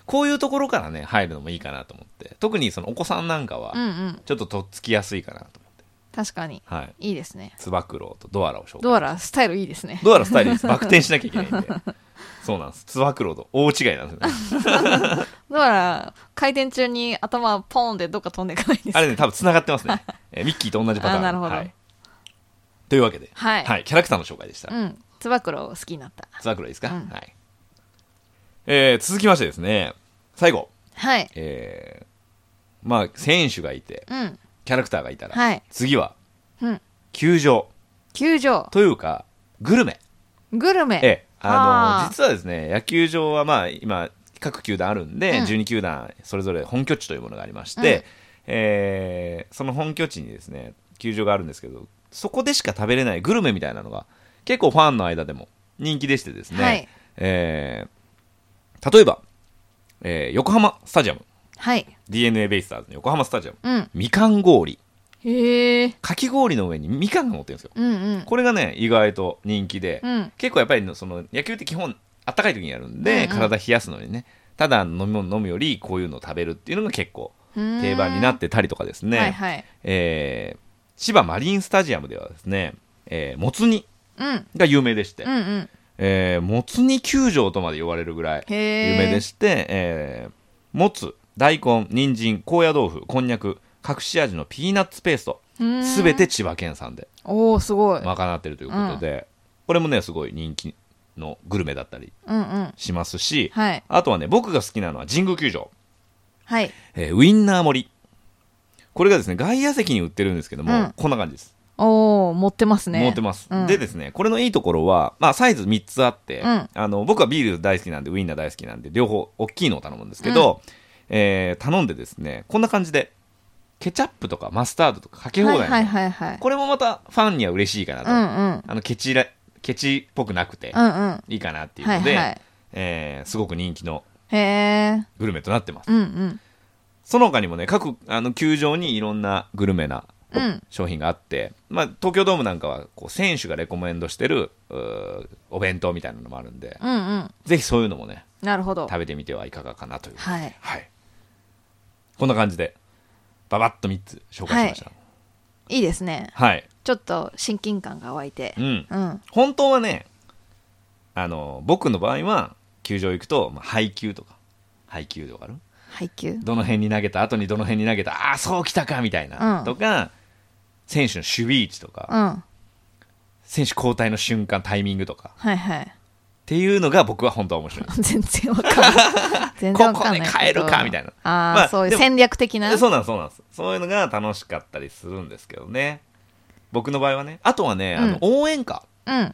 Speaker 1: こういうところからね、入るのもいいかなと思って。特にそのお子さんなんかは、
Speaker 2: うんうん。
Speaker 1: ちょっととっつきやすいかなと思って。
Speaker 2: 確かに。
Speaker 1: はい。
Speaker 2: いいですね。
Speaker 1: つば九郎とドアラを紹介。
Speaker 2: ドアラ、スタイルいいですね。
Speaker 1: ドアラスタイル です。バク転しなきゃいけないんで。そうなんです。つば九郎と大違いなんですよね。
Speaker 2: ドアラ、回転中に頭ポーンでどっか飛んでいかないです。
Speaker 1: あれね、多分繋がってますね。えーミッキーと同じパターン。
Speaker 2: あなるほど
Speaker 1: はい。というわけで、
Speaker 2: はい
Speaker 1: キャラクターの紹介でした。
Speaker 2: うん。つば九郎好きになった。
Speaker 1: つば九郎いいですか、
Speaker 2: うん
Speaker 1: はい。えー続きましてですね、最後、
Speaker 2: はい。
Speaker 1: えーまあ、選手がいて、
Speaker 2: うん。
Speaker 1: キャラクターがいたら、
Speaker 2: はい
Speaker 1: 次は、
Speaker 2: うん
Speaker 1: 球場
Speaker 2: 球場。
Speaker 1: というか、グルメ。
Speaker 2: グルメ。
Speaker 1: ええ、あの
Speaker 2: あー
Speaker 1: 実はですね野球場はまあ今各球団あるんで、
Speaker 2: うん
Speaker 1: 12球団それぞれ本拠地というものがありまして、
Speaker 2: うん
Speaker 1: えーその本拠地にですね球場があるんですけどそこでしか食べれないグルメみたいなのが結構ファンの間でも人気でしてですね、
Speaker 2: はい
Speaker 1: えー例えば、えー横浜スタジアム
Speaker 2: はい。
Speaker 1: d n a ベイスターズの横浜スタジアム
Speaker 2: うん。
Speaker 1: みかん氷
Speaker 2: へえ。
Speaker 1: かき氷の上にみかんが乗ってるんですよ
Speaker 2: うんうん。
Speaker 1: これがね意外と人気で、
Speaker 2: うん。
Speaker 1: 結構やっぱりのその野球って基本あったかい時にやるんで、
Speaker 2: うんうん
Speaker 1: 体冷やすのにねただ飲み物飲むよりこういうのを食べるっていうのが結構定番になってたりとかですね、
Speaker 2: はいはい。
Speaker 1: えー千葉マリンスタジアムではですね、えーもつ煮
Speaker 2: うん。
Speaker 1: が有名でして、
Speaker 2: うんうん。
Speaker 1: えーもつ煮球場とまで呼ばれるぐらい有
Speaker 2: へー
Speaker 1: 名でして、えーもつ大根人参高野豆腐こんにゃく隠し味のピーナッツペースト
Speaker 2: うん
Speaker 1: すべて千葉県産で
Speaker 2: おおすごい。
Speaker 1: 賄ってるということで、これもねすごい人気のグルメだったり
Speaker 2: うんうん。
Speaker 1: しますし、
Speaker 2: はい。
Speaker 1: あとはね僕が好きなのは神宮球場、
Speaker 2: はい。
Speaker 1: えーウインナー盛りこれがですね外野席に売ってるんですけども、
Speaker 2: うん
Speaker 1: こんな感じです
Speaker 2: おお持ってますね。
Speaker 1: 持ってます、
Speaker 2: うん
Speaker 1: でですねこれのいいところは、まあ、サイズ3つあって、
Speaker 2: うん
Speaker 1: あの僕はビール大好きなんでウインナー大好きなんで両方大きいのを頼むんですけど、えー頼んでですねこんな感じでケチャップとかマスタードとかかけ放題
Speaker 2: は
Speaker 1: ないの、
Speaker 2: はいはいはい。
Speaker 1: これもまたファンには嬉しいかなと、
Speaker 2: うんうん。
Speaker 1: あのケチらケチっぽくなくて
Speaker 2: うんうん。
Speaker 1: いいかなっていう
Speaker 2: はい
Speaker 1: ので、
Speaker 2: はい。
Speaker 1: えーすごく人気の
Speaker 2: へえ。
Speaker 1: グルメとなってます
Speaker 2: うんうん。
Speaker 1: その他にもね各あの球場にいろんなグルメな
Speaker 2: うん
Speaker 1: 商品があって、まあ、東京ドームなんかはこう選手がレコメンドしてるうーお弁当みたいなのもあるんで、
Speaker 2: うんうん。
Speaker 1: ぜひそういうのもね
Speaker 2: なるほど。
Speaker 1: 食べてみてはいかがかなという、はい
Speaker 2: はい。
Speaker 1: こんな感じでババッと3つ紹介しました
Speaker 2: いいですね。
Speaker 1: はい、
Speaker 2: ちょっと親近感が湧いて
Speaker 1: う。ん
Speaker 2: うん。
Speaker 1: 本当はねあの僕の場合は球場行くと、まあ、配球とか配球とかある
Speaker 2: 配給。
Speaker 1: どの辺に投げた後にどの辺に投げたああそうきたかみたいな、
Speaker 2: うん
Speaker 1: とか選手の守備位置とか、
Speaker 2: うん。は
Speaker 1: 選手交代の瞬間タイミングとか
Speaker 2: いはい。
Speaker 1: っていうのが僕は本当は面白い
Speaker 2: 全然わかん ない。全然わかんない。
Speaker 1: ここで変えるかみたいな
Speaker 2: ああ、
Speaker 1: まあ
Speaker 2: そうい
Speaker 1: で
Speaker 2: う
Speaker 1: も
Speaker 2: 戦略的な。
Speaker 1: そうなんですそうなんですそういうのが楽しかったりするんですけどね僕の場合はねあとはね、あ
Speaker 2: うん
Speaker 1: の応援歌
Speaker 2: うん。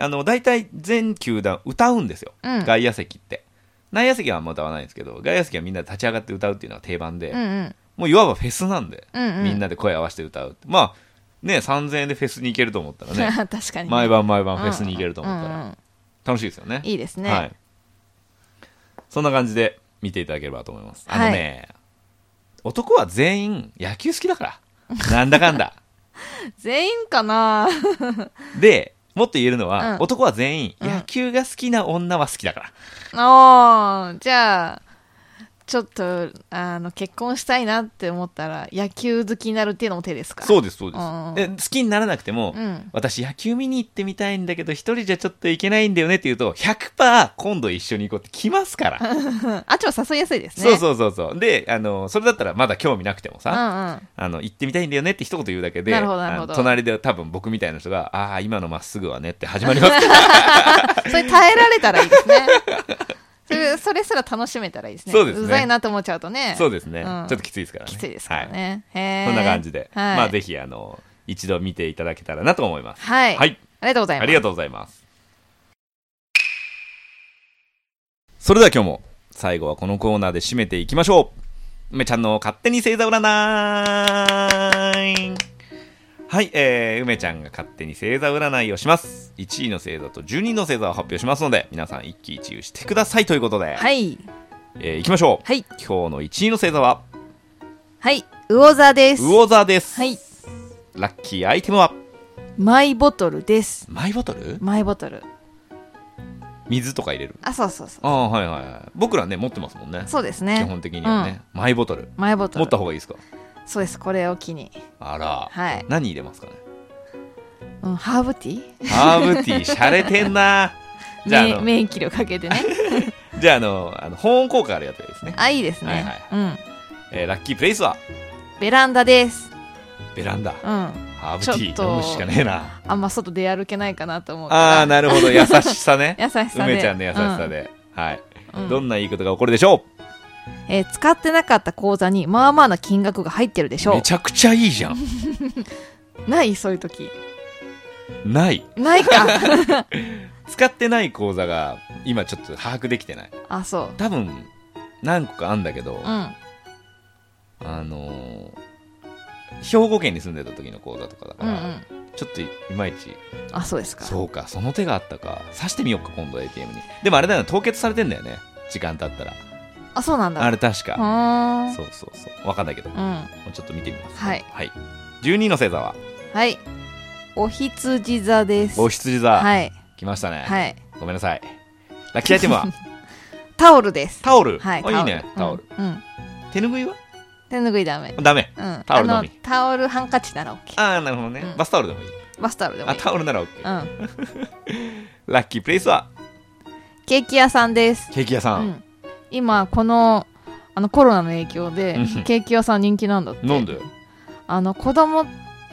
Speaker 1: あの大体全球団歌うんですよ、
Speaker 2: うん
Speaker 1: 外野席って内野席はあんま歌わないんですけど外野席はみんなで立ち上がって歌うっていうのが定番で、
Speaker 2: うんうん。
Speaker 1: もういわばフェスなんで、
Speaker 2: うんうん
Speaker 1: みんなで声合わせて歌うまあね3000円でフェスに行けると思ったらね
Speaker 2: 確かに。
Speaker 1: 毎晩毎晩
Speaker 2: うん
Speaker 1: フェスに行けると思った
Speaker 2: うんう
Speaker 1: ら
Speaker 2: ん
Speaker 1: 楽しいですよね、
Speaker 2: いいですね。
Speaker 1: はい、そんな感じで見ていただければと思いますあ
Speaker 2: はい
Speaker 1: のね、男は全員野球好きだからなんだかん だ
Speaker 2: 全員かな
Speaker 1: でもっと言えるのは、
Speaker 2: うん
Speaker 1: 男は全員
Speaker 2: うん
Speaker 1: 野球が好きな女は好きだから、
Speaker 2: おーじゃあ、ちょっと、あの、結婚したいなって思ったら、野球好きになるっていうのも手ですか
Speaker 1: そうですそうで
Speaker 2: う
Speaker 1: す
Speaker 2: ん
Speaker 1: で好きにならなくても、
Speaker 2: うん
Speaker 1: 私野球見に行ってみたいんだけど一人じゃちょっと行けないんだよねって言うと100%今度一緒に行こうって来ますから、
Speaker 2: うん。あっちも誘いやすいですね。
Speaker 1: そう
Speaker 2: う。
Speaker 1: そうそうそうであのそれだったらまだ興味なくてもさ、
Speaker 2: んうん。
Speaker 1: あの行ってみたいんだよねって一言言うだけで
Speaker 2: なるほどなるほど
Speaker 1: あの隣で多分僕みたいな人が「ああー今のまっすぐはね」って始まりますけど
Speaker 2: それ耐えられたらいいですね。それそれすら楽しめたらいいですね。
Speaker 1: そうですね
Speaker 2: ざいなと思っちゃうとね。
Speaker 1: そうですね、
Speaker 2: うん
Speaker 1: ちょっときついですからね
Speaker 2: きついですから
Speaker 1: はい
Speaker 2: ね。へー
Speaker 1: そんな感じで、
Speaker 2: はい。
Speaker 1: まあぜひあの一度見ていただけたらなと思います
Speaker 2: はい。
Speaker 1: はい、
Speaker 2: ありがとうございます。
Speaker 1: ありがとうございますそれでは今日も最後はこのコーナーで締めていきましょう梅ちゃんの勝手に星座占いはい、えー、梅ちゃんが勝手に星座占いをします1位の星座と12位の星座を発表しますので皆さん一喜一憂してくださいということで、
Speaker 2: はい。
Speaker 1: えーいきましょう、
Speaker 2: はい。
Speaker 1: 今日の1位の星座は
Speaker 2: はい。魚座です。
Speaker 1: 魚座です、
Speaker 2: はい。
Speaker 1: ラッキーアイテムは
Speaker 2: マイボトルです。
Speaker 1: マイボトル
Speaker 2: マイボトル。
Speaker 1: 水とか入れる
Speaker 2: あ、そうそうそう。
Speaker 1: ああはいはいはい僕らね持ってますもんね
Speaker 2: そうです
Speaker 1: 基
Speaker 2: ね。
Speaker 1: 本的にはね、マイボトル
Speaker 2: マイボト
Speaker 1: 持
Speaker 2: ル。
Speaker 1: った方がいいですか
Speaker 2: そうです。これを機に。
Speaker 1: あら、
Speaker 2: はい。
Speaker 1: 何入れますかね
Speaker 2: うん、ハーブティ
Speaker 1: ハーブティー洒落てん なじゃああ
Speaker 2: ー
Speaker 1: の
Speaker 2: 免免疫力かけて ね。
Speaker 1: じゃああのあの保温効果あるやつがいいですね、
Speaker 2: あ、いいです
Speaker 1: はい
Speaker 2: ね
Speaker 1: はい。
Speaker 2: うん。
Speaker 1: えーラッキープレイスは
Speaker 2: ベランダです。
Speaker 1: ベランダ
Speaker 2: うん。
Speaker 1: ハーブティ
Speaker 2: ちょ
Speaker 1: ー
Speaker 2: っと
Speaker 1: 飲むしかねえな
Speaker 2: あんま外出歩けないかなと思うから。
Speaker 1: ああーなるほど優しさね
Speaker 2: 優しさで。
Speaker 1: 梅ちゃんの優しさで、はい、
Speaker 2: うん。うん
Speaker 1: どんないいことが起こるでしょ
Speaker 2: えー使ってなかった口座にまあまあな金額が入ってるでし
Speaker 1: う
Speaker 2: ょ
Speaker 1: めちゃくちゃいいじゃん
Speaker 2: う。ないそういう時。
Speaker 1: ない
Speaker 2: ないか。
Speaker 1: 使ってない口座が今ちょっと把握できてない
Speaker 2: あ、そう。
Speaker 1: 多分何個かあんだけど、
Speaker 2: うん。
Speaker 1: あのー兵庫県に住んでた時の講座とかだか
Speaker 2: うんう
Speaker 1: ら、
Speaker 2: ん。
Speaker 1: ちょっといまいち
Speaker 2: あ、そうですか。
Speaker 1: そうかその手があったか刺してみようか今度 ATM にでもあれだよね凍結されてんだよね時間経ったら
Speaker 2: あ、そうなんだ。
Speaker 1: あれ確
Speaker 2: う
Speaker 1: か
Speaker 2: ーん。
Speaker 1: そうそうそうわかんないけども
Speaker 2: うん。
Speaker 1: うちょっと見てみます
Speaker 2: はい
Speaker 1: はい、12位の星座は
Speaker 2: はい。おひつじ座です。
Speaker 1: お羊座、
Speaker 2: はい。
Speaker 1: 来ましたね、
Speaker 2: はい。
Speaker 1: ごめんなさいラッ キーアイテムは
Speaker 2: タオルです。
Speaker 1: タオル、
Speaker 2: はい。
Speaker 1: あいいねタオル、
Speaker 2: うん。うん。
Speaker 1: 手ぬぐいは
Speaker 2: 手拭いダメ。
Speaker 1: ダメ
Speaker 2: うん。
Speaker 1: タオルのみ
Speaker 2: あタオル、ハンカチなら OK。
Speaker 1: ああなるほどね、
Speaker 2: うん
Speaker 1: バスタオルでもいい
Speaker 2: バスタオルでもい
Speaker 1: あ
Speaker 2: い。
Speaker 1: タオルなら OK
Speaker 2: うん。
Speaker 1: ラッキープレイスは
Speaker 2: ケーキ屋さんです。
Speaker 1: ケーキ屋
Speaker 2: う
Speaker 1: さん、
Speaker 2: ん。今、この、あのコロナの影響で
Speaker 1: うん、
Speaker 2: ケーキ屋さん人気なんだって。
Speaker 1: なんで
Speaker 2: あの、子供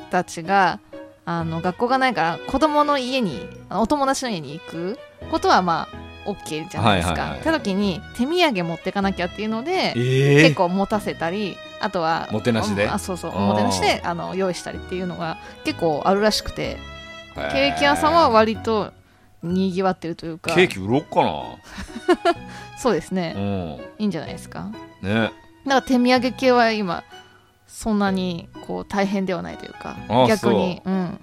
Speaker 2: たちが、あの、学校がないから、子供の家に、あのお友達の家に行くことは、まあ、OK じゃないです
Speaker 1: はいはい
Speaker 2: か。
Speaker 1: はい
Speaker 2: って時に、手土産持ってかなきゃっていうので、
Speaker 1: え
Speaker 2: 結構持たせたりあとは
Speaker 1: もてなしで
Speaker 2: あそうそう
Speaker 1: あー
Speaker 2: おもてなしであの用意したりっていうのが結構あるらしくて
Speaker 1: へー
Speaker 2: ケーキ屋さんは割とにぎわってるというか
Speaker 1: ケーキ売ろっかな
Speaker 2: そうですね、
Speaker 1: うん
Speaker 2: いいんじゃないですか
Speaker 1: ね
Speaker 2: なんか手土産系は今そんなにこう大変ではないというか
Speaker 1: あー
Speaker 2: 逆にう、ん、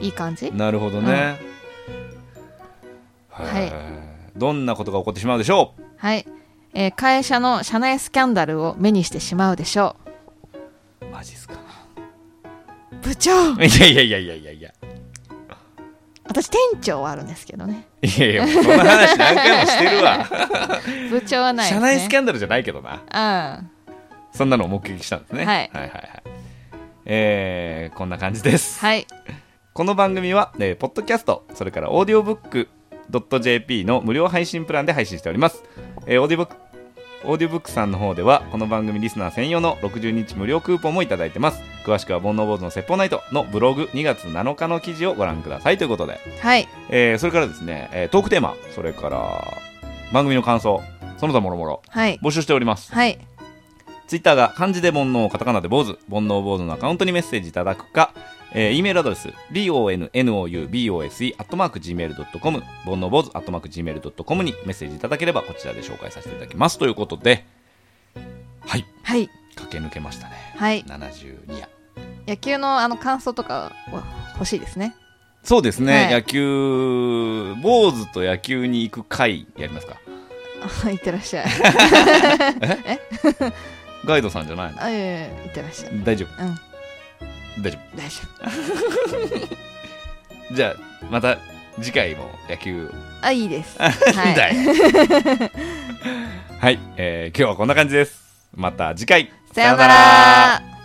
Speaker 2: いい感じ
Speaker 1: なるほどね、
Speaker 2: ん
Speaker 1: へーどんなことが起こってしまうでしょう
Speaker 2: はい、えー会社の社内スキャンダルを目にしてしまうでしょ
Speaker 1: マジっすか
Speaker 2: う部長
Speaker 1: いやいやいやいやいやいや
Speaker 2: 私店長はあるんですけどね
Speaker 1: いやいやもうそんな話何回もしてる わ
Speaker 2: 部長はないです、
Speaker 1: 社
Speaker 2: ね、
Speaker 1: 内スキャンダルじゃないけどな
Speaker 2: ャン
Speaker 1: そんなのを目撃したんですね、
Speaker 2: はい
Speaker 1: はいはいはいえーこんな感じです、
Speaker 2: うんはい
Speaker 1: この番組は、えーポッドキャストそれからオーディオブック .jp の無料配信プランで配信しております、えーオーディオブックオーディオブックさんの方ではこの番組リスナー専用の60日無料クーポンもいただいてます詳しくは「煩悩坊主の説法ナイト」のブログ2月7日の記事をご覧くださいということで、
Speaker 2: はい
Speaker 1: えーそれからですね、えートークテーマそれから番組の感想その他もろもろ
Speaker 2: はい
Speaker 1: 募集しております
Speaker 2: はい
Speaker 1: ツイッターが漢字で煩悩、カタカナで坊主、煩悩坊主のアカウントにメッセージいただくか、えー、E メールアドレス、bonoubose、アットマーク gmail.com、煩悩坊主、アットマーク gmail.com にメッセージいただければ、こちらで紹介させていただきます。ということで、はい、
Speaker 2: はい
Speaker 1: 駆け抜けましたね。
Speaker 2: はい
Speaker 1: 72夜。
Speaker 2: 野球のあの感想とかは欲しいですね
Speaker 1: そうですね、
Speaker 2: はい
Speaker 1: 野球、坊主と野球に行く会やりますか。
Speaker 2: あいってらっしゃい
Speaker 1: ガイドさんじゃないの
Speaker 2: あいえいえいってらっしゃい
Speaker 1: 大丈
Speaker 2: うん
Speaker 1: 夫、大丈
Speaker 2: 大丈夫
Speaker 1: 夫。じゃあ、また次回も野球
Speaker 2: あいいです、は
Speaker 1: だ
Speaker 2: い、
Speaker 1: い。はい、えー今日はこんな感じです。また次回。
Speaker 2: さようなら